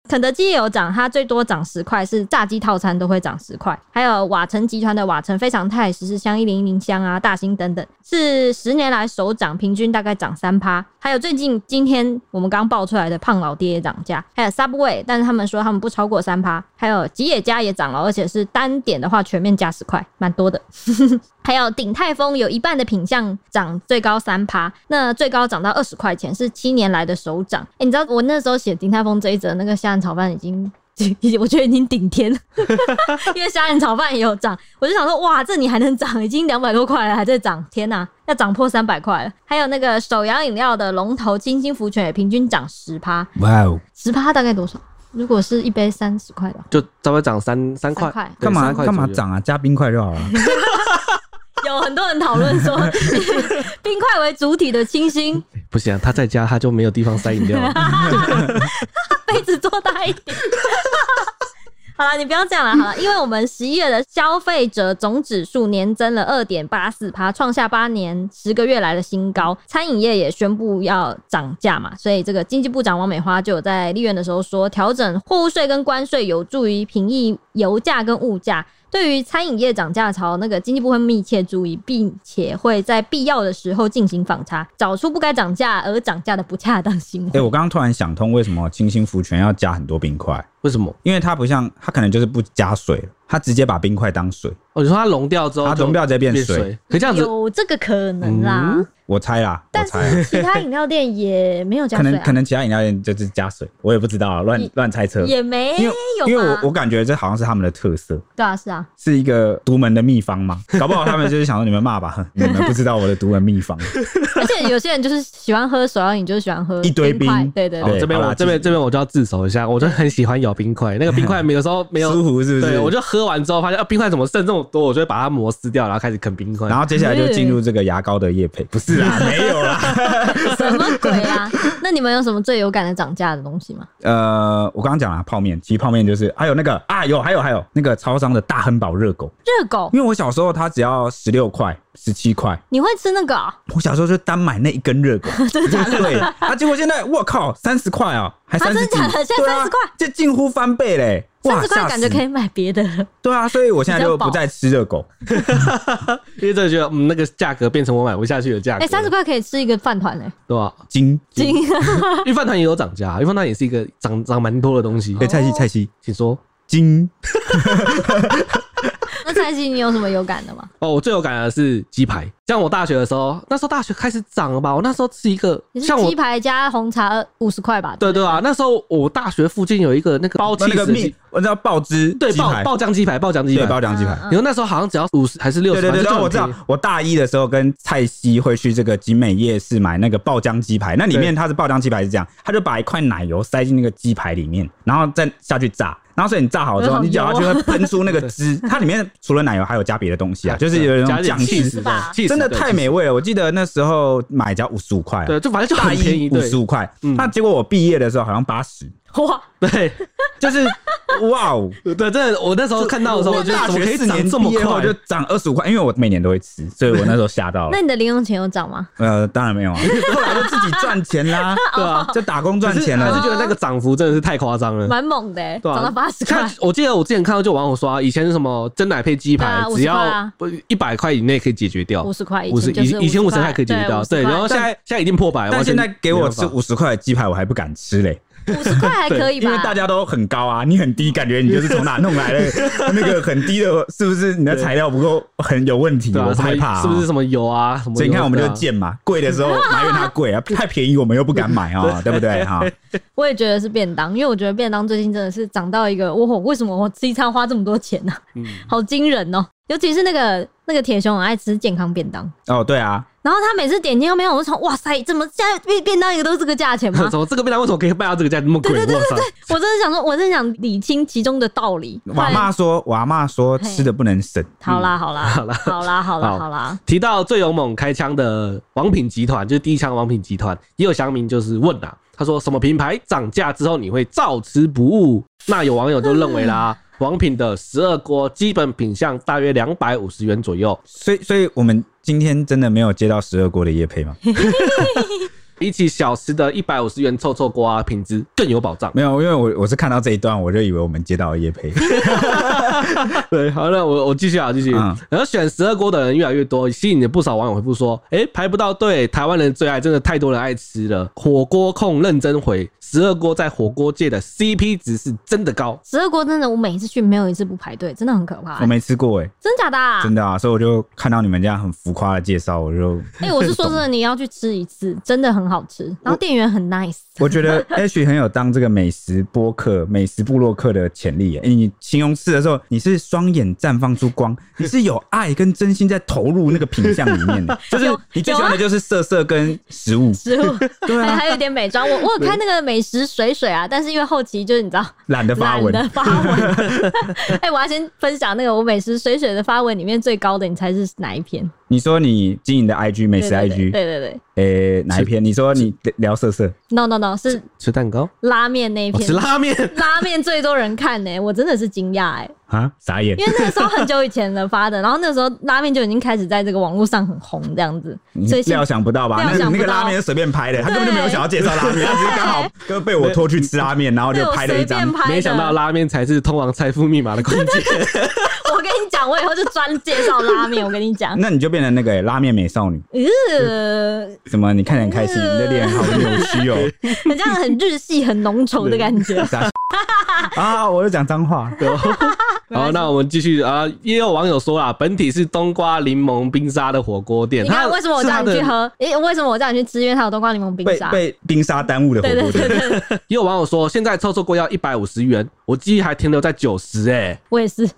肯德基也有涨，它最多涨十块，是炸鸡套餐都会涨十块。还有瓦城集团的瓦城非常泰、十四香、一零一零香啊、大兴等等，是十年来首涨，平均大概涨三趴。还有最近今天我们刚爆出来的胖老爹也涨价，还有 Subway，但是他们说他们不超过三趴。还有吉野家也涨了，而且是单点的话全面加十块，蛮多的。 [LAUGHS] 还有鼎泰丰有一半的品项涨最高三趴，那最高涨到二十块钱，是七年来的首涨。哎、你知道我那时候写鼎泰丰这一则那个虾仁炒饭已经。 [LAUGHS] 已经我觉得已经顶天了， [LAUGHS] 因为虾仁炒饭也有涨，我就想说，哇，这你还能涨，已经两百多块了，还在涨，天哪，要涨破三百块了。还有那个手摇饮料的龙头清新福泉也平均涨十趴，哇哦，十趴大概多少？如果是一杯三十块的话，就稍微涨三三块三块，对干嘛三块干嘛左右涨啊？加冰块就好 [LAUGHS] 了。有很多人讨论说， [LAUGHS] 冰块为主体的清新不行、啊，他在家他就没有地方塞饮料。啊 [LAUGHS] 杯子做大一点。 [LAUGHS] 好了，你不要这样了，好了，因为我们十一月的消费者总指数年增了二点八四趴，创下八年十个月来的新高。餐饮业也宣布要涨价嘛，所以这个经济部长王美花就有在立院的时候说，调整货物税跟关税有助于平抑油价跟物价。对于餐饮业涨价潮，那个经济部会密切注意，并且会在必要的时候进行访查，找出不该涨价而涨价的不恰当行为。哎、我刚刚突然想通，为什么清新福泉要加很多冰块？为什么？因为它不像，它可能就是不加水了，它直接把冰块当水。哦，你说它融掉之后就，它融掉直接变水水，可这样子哦有这个可能啦，嗯我猜啦，我但猜。啊是其他饮料店也没有加可水、能啊，可能其他饮料店就是加水，我也不知道啊，乱也乱猜测。也没因为有啊因为吧我？我感觉这好像是他们的特色，对啊，是啊，是一个独门的秘方 [LAUGHS] 嘛。搞不好他们就是想说你们骂吧，哼你们不知道我的独门秘方。而且有些人就是喜欢喝手摇饮，就是喜欢喝一堆块冰对对哦对，对这边好我啦这边这边我就要自首一下，我就很喜欢咬冰块，那个 [LAUGHS] 冰块有时候 [LAUGHS] 没有舒服是不是对我就喝完之后发现啊，冰块怎么剩这么多，我就会把它磨撕掉，然后开始啃冰块。然后接下来就进入这个牙膏的叶 [LAUGHS] 配，不是啦，没有啦。什么鬼 [LAUGHS] 啊？那你们有什么最有感的涨价的东西吗？呃，我刚刚讲了泡面，其实泡面就是还有那个啊，有还有还有那个超商的大亨堡热狗，热狗，因为我小时候它只要十六块、十七块，你会吃那个、啊？我小时候就单买那一根热 [LAUGHS] 狗，对啊，结果现在我靠，三十块哦，还啊三十几，真的假的现在对啊30块，这近乎翻倍嘞，三哇，十块吓感觉死可以买别的了，对啊，所以我现在比较就不饱再吃热狗，因为这就觉得嗯，那个价格变成我买不下去的价格。哎、三十块可以吃一个饭团哎，对啊吧？金金玉饭团也有涨价，玉饭团也是一个涨涨蛮多的东西对，。哎蔡西蔡西请说金， [LAUGHS] 那蔡西，你有什么有感的吗？哦，我最有感的是鸡排。像我大学的时候，那时候大学开始涨了吧？我那时候吃一个你，是像我鸡排加红茶五十块吧？对对啊，那时候我大学附近有一个那个包哦气那个司蜜，我知道爆汁对鸡爆排，爆浆鸡排，爆浆鸡对排。爆浆鸡排。嗯你说那时候好像只要五十还是六对对对，十，反正就然后我很知道便宜，我大一的时候跟蔡西会去这个景美夜市买那个爆浆鸡排，那里面它是爆浆鸡排是这样，他就把一块奶油塞进那个鸡排里面，然后再下去炸，然后所以你炸好之哎后，好你只要油就啊会喷出 [LAUGHS] 那个汁，它里面除了奶油还有加别的东西啊，就是有一加种点酱 cheese 汁，这样吧 cheese，真的对太 cheese 美味了。我记得那时候买只要五十五块啊，对，就反正就大很便一宜，五对十五块嗯，那结果我毕业的时候好像八十，哇， [LAUGHS] 对就是 [LAUGHS] 哇哦。对，真的，我那时候看到的时候，我觉得大怎么学可以四涨年这么毕业后快？就涨二十五块，因为我每年都会吃，所以我那时候吓到了 [LAUGHS] 那。你的零用钱有涨吗？呃，当然没有啊， [LAUGHS] 后来就自己赚钱啦，对啊，就打工赚钱我是了。觉得那个涨幅真的是太夸张了。蛮猛的、欸，对涨、啊到八十块看。，我记得我之前看到就网友刷，以前是什么蒸奶配鸡对排啊，只50块要啊不一百块以内可以解决掉，五十块，五十就是以以前五十块块可以解决掉，对，然后现在现在已经破百，但完全现在给我吃没办法五十块的鸡排，我还不敢吃嘞。五十块还可以因为吧？大家都很高啊，你很低，感觉你就是从哪弄来的那个很低的，是不是你的材料不够很有问题？ [LAUGHS] 对我啊，什害么怕啊，是不是什么油啊什么油？所以你看，我们就对啊贱嘛，贵的时候埋怨它贵啊，太便宜我们又不敢买啊，对不对哈？我也觉得是便当，因为我觉得便当最近真的是涨到一个，我为什么我吃一餐花这么多钱呢、嗯好惊人哦！尤其是那个那个铁熊啊很爱吃健康便当，哦，对啊，然后他每次点进去面，我就想，哇塞，怎么现在便便当一个都是这个价 [LAUGHS] 钱吗 [LAUGHS] 怎？么这个便当为什么可以卖到这个价那么贵？哇塞！我真的想说，我真的想理清其中的道理。不我然妈说，我妈说嘿吃的不能省，好啦好啦 [LAUGHS] 好啦啦好啦好啦好好啦，提到最勇猛开枪的王品集团，就是第一枪王品集团，也有乡民就是问啊，他说什么品牌涨价之后你会照吃不误？那有网友就认为啦，王品的十二锅基本品项大约两百五十元左右，所以所以我们今天真的没有接到十二锅的叶配吗？比起小吃的一百五十元臭臭锅啊，品质更有保障。没有，因为我我是看到这一段，我就以为我们接到了叶 [LAUGHS] 配。 [LAUGHS] 对，好，那我我继续啊，继续。嗯然后选十二锅的人越来越多，吸引了不少网友回复说：“哎、排不到队，台湾人最爱，真的太多人爱吃了。”火锅控认真回，十二锅在火锅界的 CP 值是真的高。十二国真的，我每一次去没有一次不排队，真的很可怕、我没吃过哎，真假的、啊？真的啊，所以我就看到你们这样很浮夸的介绍，我就 [LAUGHS] 哎、我是说真的，你要去吃一次，真的很好吃，然后店员很 nice。我觉 [LAUGHS] 得 H 很有当这个美食播客、美食部落客的潜力耶、诶你形容词的时候，你是双眼绽放出光，你是有爱跟真心在投入那个品相里面的， [LAUGHS] 就是有啊你最喜欢的就是色色跟食 [LAUGHS] 物，食物，对还啊，还有一点美妆。我我有开那个美食水水啊，但是因为后期就是你知道懒得发懒文。得发文。 [LAUGHS] 哎、我要先分享那个我美食水水的发文里面最高的，你猜是哪一篇？你说你经营的 IG 美食对对 IG，对对对诶、哪一篇？你说你聊色色， ，no no no，是吃蛋糕，拉面那一我篇。吃 [LAUGHS] 拉面。哦拉面最多人看呢、我真的是惊讶哎，啊，傻眼因！为那个时候很久以前的发的，然后那个时候拉面就已经开始在这个网络上很红这样子，你所以现料想不到吧？料那想不那个到拉面是随便拍的，他根本就没有想要介绍拉面，他只是刚好刚好被我拖去吃拉面，然后对就我拍了随一张便拍的，没想到拉面才是通往财富密码的关键。 [LAUGHS] 我跟你讲，我以后就专介绍拉面。我跟你 [LAUGHS] 讲，那你就变成那个、欸拉面美少女，呃，什么？你看起来很开心，你的脸好扭曲哦！ [LAUGHS] 很像很日系、很浓稠的感 [LAUGHS] 觉。傻啊，我又讲脏话，哦 [LAUGHS] 好，那我们继续啊，也有网友说啦，本体是冬瓜柠檬冰沙的火锅店。你看它为什么我是叫它你的去喝？诶，为什么我叫你去吃？因为它有冬瓜柠檬冰被沙。被冰沙耽误的火对锅对对店。对，也有网友说，现在臭臭锅要一百五十元，我记忆还停留在九十哎。我也是，啊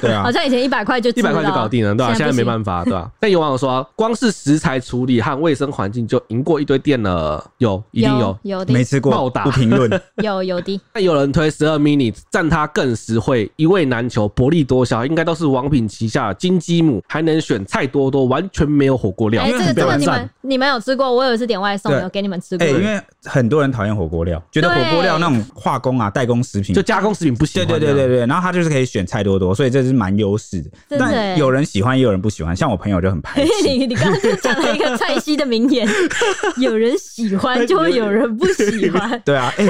对啊好，像以前一百块就一百块就搞定了，对吧、现在没法。办法，对吧、但有网友说，光是食材处理和卫生环境就赢过一堆店了，有一定有。有没的，吃过暴打不评 [LAUGHS] 论。有有的，那有人推十二 mini，占它更实惠，一味难求，薄利多销，应该都是王品旗下的金鸡母，还能选菜多多，完全没有火锅料。哎，因这为个很这多个人你赞们你们有吃过？我有一次点外送，对有给你们吃过哎，。因为很多人讨厌火锅料，觉得火锅料那种化工啊、代工食品就。加工食品不喜对欢。对对对，对，然后他就是可以选菜多多，所以这是蛮优势的。真的欸。但有人喜欢，也有人不喜欢。像我朋友就很排斥 [LAUGHS] 你你刚刚就讲了一个蔡西的名言：有人喜欢，就会有人不喜欢。对啊，哎、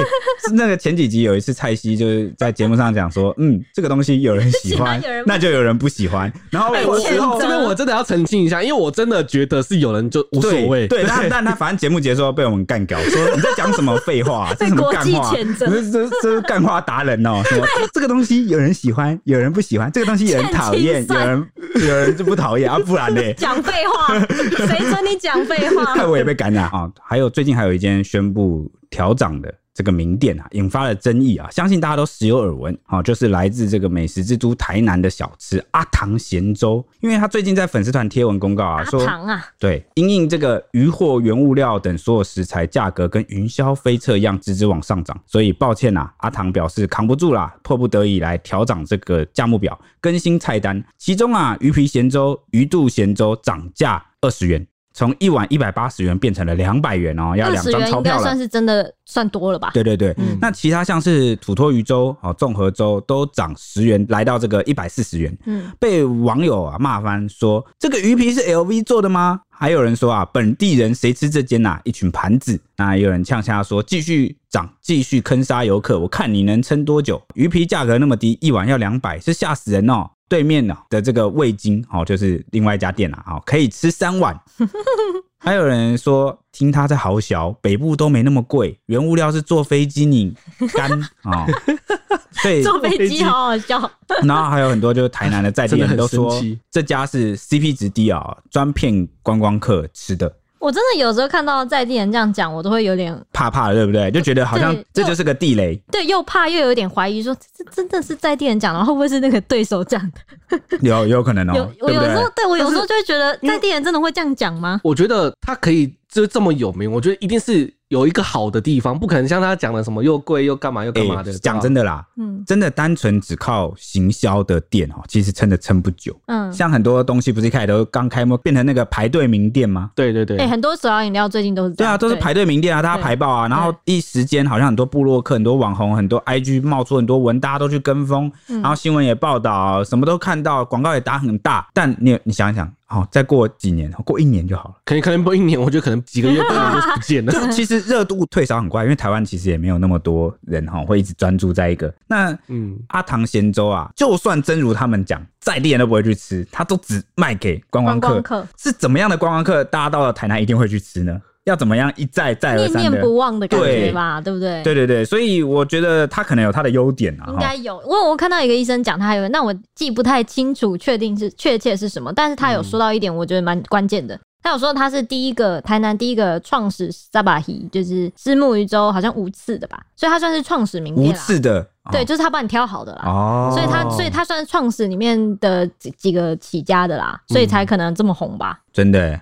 是那个前几集有一次蔡西就是在节目上讲说，嗯，这个东西有人喜欢，喜欢有人不那就有人不喜欢。然后哎、我我欠责这边我真的要澄清一下，因为我真的觉得是有人就 [LAUGHS] 无所谓， [LAUGHS] 对，对但但他反正节目结束后被我们干掉，说你在讲什么废话、啊这被是什么国干际话？谴责这这这是干话达人哦、什么这个东西有人喜欢，有人不喜欢，这个东西有人讨厌，有 [LAUGHS] 欠清算人有人就不讨厌啊，不然呢？讲废话，谁准你讲废 [LAUGHS] 话？害我也被感染啊、还有最近还有一间宣布调涨的这个名店啊，引发了争议啊，相信大家都时有耳闻啊、就是来自这个美食之都台南的小吃阿唐咸粥，因为他最近在粉丝团贴文公告啊，阿说唐啊，对，因应这个鱼货、原物料等所有食材价格跟云霄飞车一样直直往上涨，所以抱歉啊，阿唐表示扛不住啦，迫不得已来调涨这个价目表，更新菜单。其中啊，鱼皮咸粥、鱼肚咸粥涨价二十元，从一碗一百八十元变成了两百元哦，要二两十张元钞应票该了算。是真的算多了吧？对对对，那其他像是土托鱼粥、哦综合粥都涨十元，来到这个一百四十元。嗯，被网友啊骂翻说，这个鱼皮是 LV 做的吗？还有人说啊，本地人谁吃这间呐、一群盘子。那也有人呛下说，继续涨，继续坑杀游客，我看你能撑多久？鱼皮价格那么低，一碗要两百，是吓死人哦。对面呢的这个味精，哦，就是另外一家店啦，哦，可以吃三 [LAUGHS] 碗。还有人说，听他在豪小，北部都没那么贵，原物料是坐飞机你干啊、哦，所以 [LAUGHS] 坐飞机好好笑， [LAUGHS] 然后还有很多就是台南的在地人都真的说很生气，这家是 CP 值低啊、专骗观光客吃的，我真的有时候看到在地人这样讲，我都会有点怕怕的，对不对？就觉得好像对这就是个地雷，对，又怕又有点怀疑说这这真的是在地人讲的吗，会不会是那个对手 [LAUGHS] 讲的？有有可能哦、有我对不有时对候？对我有时候但是就会觉得在地人真的会这样讲吗？我觉得他可以就这么有名，我觉得一定是有一个好的地方，不可能像他讲的什么又贵又干嘛又干嘛的。欸对吧讲真的啦，嗯真的单纯只靠行销的店哦、其实撑的撑不久。嗯，像很多东西不是一开始都刚开幕变成那个排队名店吗？对对对，哎、很多手摇饮料最近都是这对样啊，都是排队名店啊，大家对排爆啊，然后一时间好像很多部落客、很多网红、很多 IG 冒出很多文，大家都去跟风，嗯然后新闻也报道，什么都看到，广告也打很大。但你你想一想，哦，再过几年，过一年就好了。可能可能不一年，我觉得可能几个月半年就不见了。 [LAUGHS] 嗯就其实热度退烧很快，因为台湾其实也没有那么多人哈、会一直专注在一个那嗯，阿唐咸粥啊，就算真如他们讲，在地人都不会去吃，他都只卖给观光客。观光客是怎么样的观光客？大家到了台南一定会去吃呢？要怎么样一再再而念三念的？不忘的感觉对吧，对不对？对对对，所以我觉得他可能有他的优点啊。应哈该有，因为我看到一个医生讲，他还有，那我记不太清楚，确定是确切是什么，但是他有说到一点，我觉得蛮关键的。他有说他是第一个台南第一个创始萨巴希，就是虱目鱼粥，好像五次的吧，所以他算是创始名无店啦。刺的，啊对，就是他帮你挑好的啦。哦，所以他，所以他算是创始里面的几几个起家的啦，所以才可能这么红吧。真的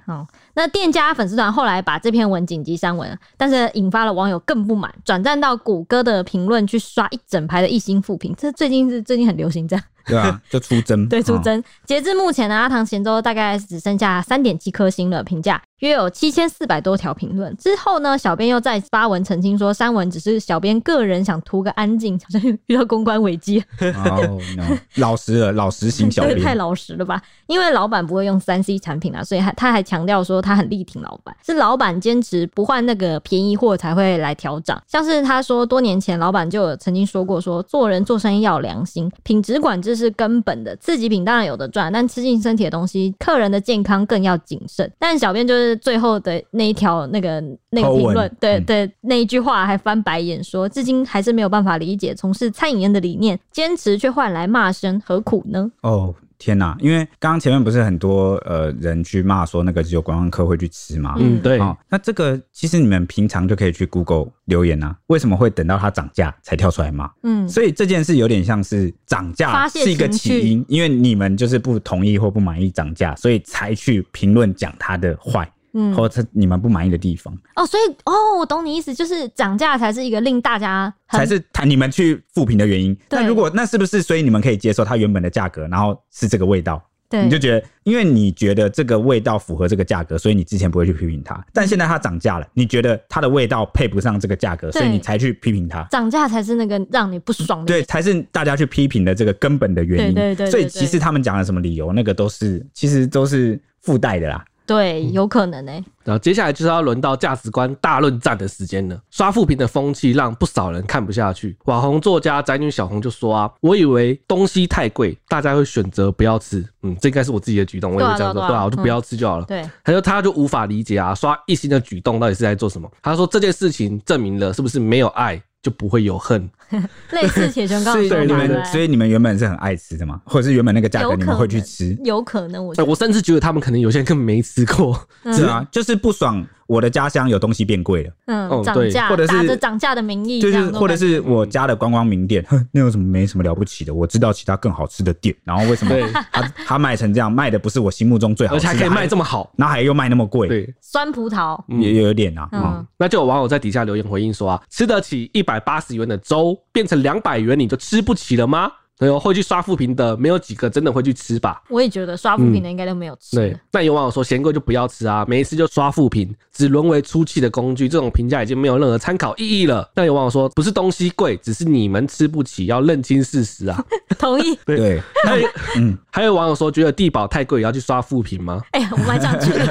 那店家粉丝团后来把这篇文紧急删文，但是引发了网友更不满，转战到谷歌的评论去刷一整排的一星复评。这最近是最近很流行这样，对吧、 [LAUGHS] 就出征， [LAUGHS] 对，出哦征。截至目前呢，阿唐咸粥大概只剩下三点七颗星了，评价约有七千四百多条评论。之后呢，小编又再发文澄清说，删文只是小编个人想图个安静，好像 [LAUGHS] 又遇到公关危机。哦 no，老实了，老实型小这个太编，老实了吧？因为老板不会用三 C 产品啊，所以还他还强调说他很力挺老板，是老板坚持不换那个便宜货才会来调涨。像是他说，多年前老板就有曾经说过说做人做生意要有良心，品质管制是根本的。刺激品当然有的赚，但吃进身体的东西，客人的健康更要谨慎。但小编就是最后的那一条那个那个口评吻论，对嗯对那一句话还翻白眼说，至今还是没有办法理解从事餐饮业的理念，坚持却换来骂声，何苦呢？哦，天哪！因为刚刚前面不是很多呃人去骂说那个只有观光客会去吃嘛，嗯，对，哦，那这个其实你们平常就可以去 Google 留言啊，为什么会等到它涨价才跳出来骂？嗯，所以这件事有点像是涨发价泄是一个情起绪因，因为你们就是不同意或不满意涨价，所以才去评论讲它的坏。嗯或者你们不满意的地方，哦，所以哦，我懂你意思，就是涨价才是一个令大家很才是他你们去复评的原因。对那如果那是不是，所以你们可以接受它原本的价格，然后是这个味道，对你就觉得，因为你觉得这个味道符合这个价格，所以你之前不会去批评它。但现在它涨价了，你觉得它的味道配不上这个价格，所以对你才去批评它。涨价才是那个让你不爽的。对，才是大家去批评的这个根本的原因。对对对对所以其实他们讲的什么理由，那个都是其实都是附带的啦。对，嗯有可能呢、欸然后接下来就是要轮到价值观大论战的时间了。刷负评的风气让不少人看不下去。网红作家宅女小红就说啊：“我以为东西太贵，大家会选择不要吃。嗯，这应该是我自己的举动，我也会这样对做，啊对啊对啊，我嗯就不要吃就好了。”对，他说他就无法理解啊，刷一星的举动到底是在做什么？他说这件事情证明了是不是没有爱就不会有恨，类似铁拳 [LAUGHS] 所刚刚以说你嘛，对们，不所对以你们原本是很爱吃的嘛，或者是原本那个价有格可你们会去吃？有可能我觉呃啊得我甚至觉得他们可能有些人根本没吃过。是啊，就是不爽我的家乡有东西变贵了，嗯，哦涨对价、或者是打着涨价的名义，就是这样都或者是我家的观光名店，哼，那有什么没什么了不起的？我知道其他更好吃的店，然后为什么对他他卖成这样，卖的不是啊我心目中最好而吃且的，还可以卖这么好。然后还又卖那么贵，对，酸葡萄，嗯也也有点啊，嗯嗯。那就有网友在底下留言回应说啊，吃得起一百八十元的粥变成两百元你就吃不起了吗？然后会去刷负评的，没有几个真的会去吃吧？我也觉得刷副嗯品的应该都没有吃。对，那有网友说嫌贵就不要吃啊，每一次就刷负评，只沦为出气的工具，这种评价已经没有任何参考意义了。那有网友说不是东西贵，只是你们吃不起，要认清事实啊。同意。 [LAUGHS] 对，那嗯，还有网友说觉得地保太贵也要去刷负评吗？ [LAUGHS] 哎、呀，我们还这样觉得。 [LAUGHS]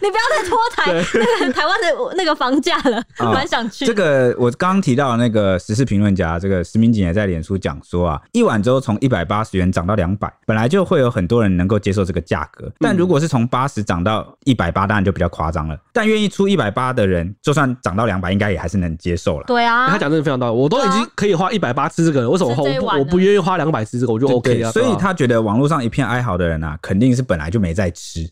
你不要再拖台那个台湾的那个房价了，啊蛮想去。这个我刚刚提到的那个时事评论家，这个石明景也在脸书讲说啊，一碗粥从一百八十元涨到两百，本来就会有很多人能够接受这个价嗯格，但如果是从八十涨到一百八，当然就比较夸张了。但愿意出一百八的人，就算涨到两百，应该也还是能接受了。对啊，他讲真的非常道理，我都已经可以花一百八吃这个了，为什么吃这一我碗了不我不愿意花两百吃这个，我就对 OK 啊？对所对以吧他觉得网络上一片哀嚎的人啊，肯定是本来就没在 [LAUGHS] 吃，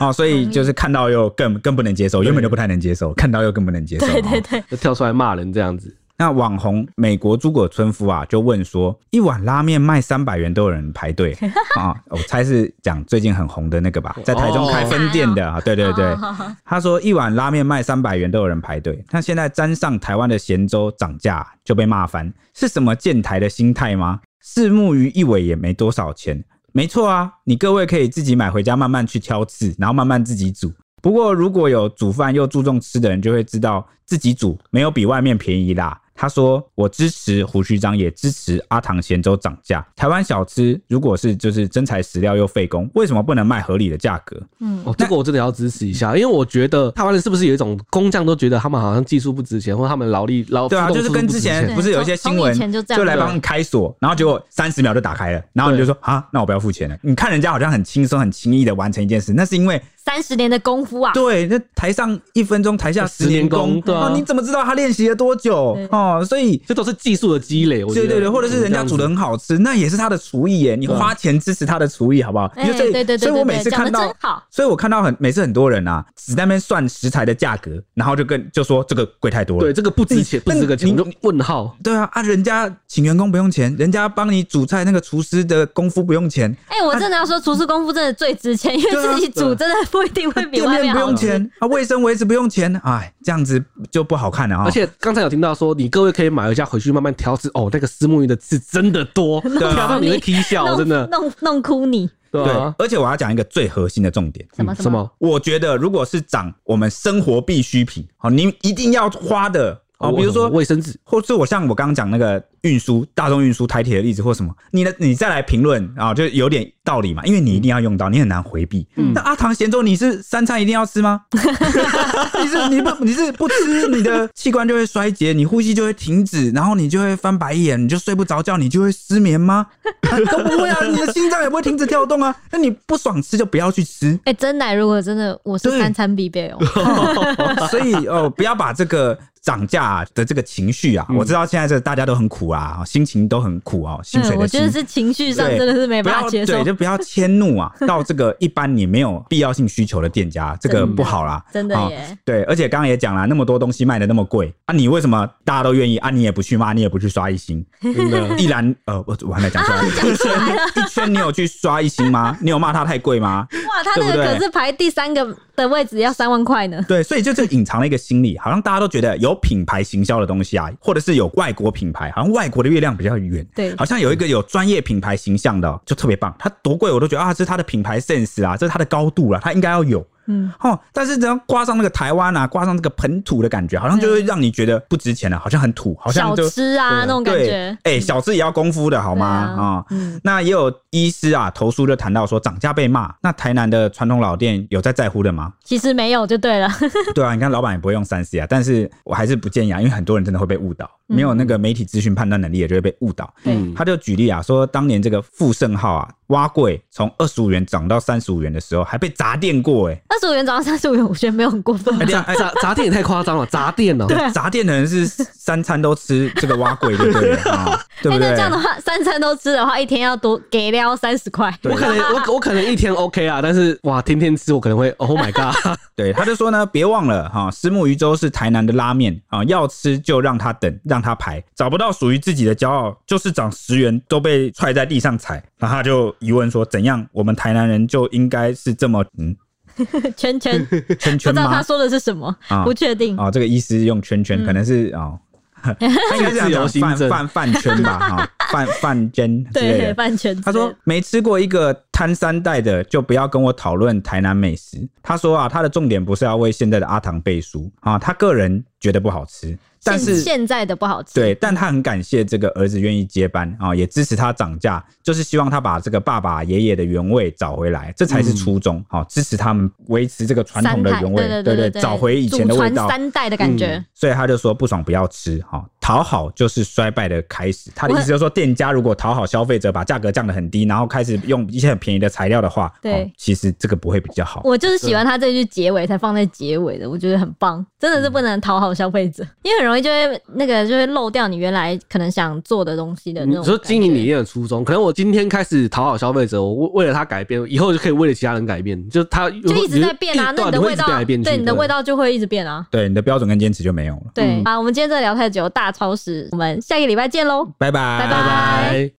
哦，所以就是看到又更更不能接受，原本就不太能接受，看到又更不能接受。对对哦对，就 [LAUGHS] 跳出来骂人这样子，那网红美国诸葛村夫啊，就问说，一碗拉面卖三百元都有人排队啊、我猜是讲最近很红的那个吧，在台中开分店的，啊，对对对。哦他说一碗拉面卖三百元都有人排队，那现在沾上台湾的咸粥涨价就被骂翻，是什么建台的心态吗？四目鱼一尾也没多少钱，没错啊，你各位可以自己买回家慢慢去挑刺，然后慢慢自己煮。不过如果有煮饭又注重吃的人，就会知道自己煮没有比外面便宜啦。他说：“我支持胡须章，也支持阿唐咸粥涨价。台湾小吃如果是就是真材实料又费工，为什么不能卖合理的价格？嗯，哦，这个我真的要支持一下，因为我觉得台湾人是不是有一种工匠都觉得他们好像技术不值钱，或者他们劳力劳对啊，劳就哦动是付出跟不之值前对不是有一些从新从闻以前就这样来帮你开锁，然后结果三十秒就打开了，然后你就说啊，那我不要付钱了。你看人家好像很轻松、很轻易的完成一件事，那是因为啊三十年的功夫啊，对，那台上一分钟，台下十十年年功功，对啊哦你怎么知道他练习了多久对？哦，所以。这都是技术的积累，我觉对得对对，或者是人家煮的很好吃，那也是他的厨艺耶。你对啊花钱支持他的厨艺，好不好？哎因为所以对对所对以我对对每次讲得看到真好，所以我看到很每次很多人啊，只在那边算食材的价格，然后就跟就说这个贵太多了，对这个不值钱，不那值你这个钱，我你就问号。对啊，啊，人家请员工不用钱，人家帮你煮菜那个厨师的功夫不用钱，哎，我真的要说，厨师功夫真的最值钱，因为对啊自己煮真的不一定会比店外面面不好用吃。钱，啊，卫生维持不用钱，哎，这样子就不好看了啊、而且刚才有听到说，你各位可以买回家回去慢慢挑吃哦，那个丝木鱼的刺真的 [LAUGHS] 多，啊挑到你会踢笑，弄真的，弄弄哭你， [LAUGHS] 对对啊，，而且我要讲一个最核心的重点。什么嗯什什么么？我觉得，如果是涨我们生活必需品，好，你一定要花的哦，比如我说卫生纸，或是我像我刚刚讲那个运输、大众运输、台铁的例子或什么，你的你再来评论啊，就有点道理嘛，因为你一定要用到，你很难回避。那阿唐咸粥，你是三餐一定要吃吗？你是你不你是不吃，你的器官就会衰竭，你呼吸就会停止，然后你就会翻白眼，你就睡不着觉，你就会失眠吗？ [LAUGHS] 啊都不会啊，你的心脏也不会停止跳动啊。那你不爽吃就不要去吃。哎，真奶如果真的我是对三餐必 [LAUGHS] 备哦，所以哦，不要把这个涨价的这个情绪啊，我知道现在这大家都很苦啊，心情都很苦啊，薪水嗯嗯，的我薪觉得是情绪上对真的是没不办法要接受对，，就不要迁怒 [LAUGHS] 啊，到这个一般你没有必要性需求的店家，这个不好啦。真的啊耶。对，而且刚刚也讲了，那么多东西卖的那么贵啊，你为什么大家都愿意啊？你也不去骂，你也不去刷一 [LAUGHS] 星，真的一然呃，我我还没讲啊出来，一圈 [LAUGHS] 一圈，你有去刷一星吗？你有骂他太贵吗？哇，他那对不个对可是排第三个的位置要三万块呢。对，所以就这隐藏了一个心理，好像大家都觉得有品牌行销的东西啊，或者是有外国品牌，好像外国的月亮比较圆，对好像有一个有专业品牌形象的哦、就特别棒，它多贵我都觉得啊，这是它的品牌 sense 啊，这是它的高度啦、它应该要有。嗯，哦，但是只要挂上那个台湾啊，挂上这个本土的感觉，好像就会让你觉得不值钱了，好像很土，好像小就吃啊那种感对，觉。哎、小吃也要功夫的好吗？对啊啊、嗯那也有医师啊投诉就谈到说涨价被骂，那台南的传统老店有在在乎的吗？其实没有就对了， [LAUGHS] 对啊，你看老板也不会用三 C 啊，但是我还是不建议啊，因为很多人真的会被误导，嗯没有那个媒体资讯判断能力，也就会被误导。嗯，他就举例啊，说当年这个富盛号啊，蛙柜从二十五元涨到三十五元的时候，还被砸店过、欸，二十五元涨到三十五元，我觉得没有很过分吧。哎，砸砸砸店也太夸张了，砸店哦，啊砸店的人是三餐都吃这个蛙柜，对 [LAUGHS] 不对了？啊，对不哎对那这？样的话，三餐都吃的话，一天要多给了三十块。对我可能我我可能 [LAUGHS] 一天 OK 啊，但是哇，天天吃我可能会 Oh my God，对，他就说呢，别忘了哈，石木鱼粥是台南的拉面啊，要吃就让他等，让他排，找不到属于自己的骄傲，就是涨十元都被踹在地上踩。然后他就疑问说，怎样我们台南人就应该是这么嗯圈 [LAUGHS] 圈，不圈知圈道他嗯吗？说的是什么，啊不确定。啊、这个医师用圈圈可能是啊。 [LAUGHS] 哦他应该是自想由心讲饭证饭饭圈吧，哈，饭饭圈之类对，的。饭圈之类的。他说没吃过一个摊三代的就不要跟我讨论台南美食。他说啊，他的重点不是要为现在的阿唐背书啊，他个人觉得不好吃，但现是现在的不好吃，对，但他很感谢这个儿子愿意接班啊、也支持他涨价，就是希望他把这个爸爸爷爷的原味找回来，这才是初衷。好、支持他们维持这个传统嗯三的代，原味，对对对找回以前的祖味传道。嗯三代的感觉。所以他就说不爽不要吃哈、讨好就是衰败的开始。他的意我思就是说，店家如果讨好消费者，把价格降得很低，然后开始用一些很便宜的材料的话，对哦其实这个不会比较好。我就是喜欢他这句结尾才放在结尾的，我觉得很棒，嗯真的是不能讨好消费者，因为很容易就会那个就会漏掉你原来可能想做的东西的那 [LAUGHS] 你种。说经营理，念的初衷，可能我今天开始讨好消费者，我为为了他改变，以后就可以为了其他人改变，就他就一直在变啊，你那你对的会味一直道变来变，去对你的味道就会一直变啊。对你的标准跟坚持就没有了。对嗯啊，我们今天真的聊太久，大超市，我们下个礼拜见喽。拜拜，拜拜拜。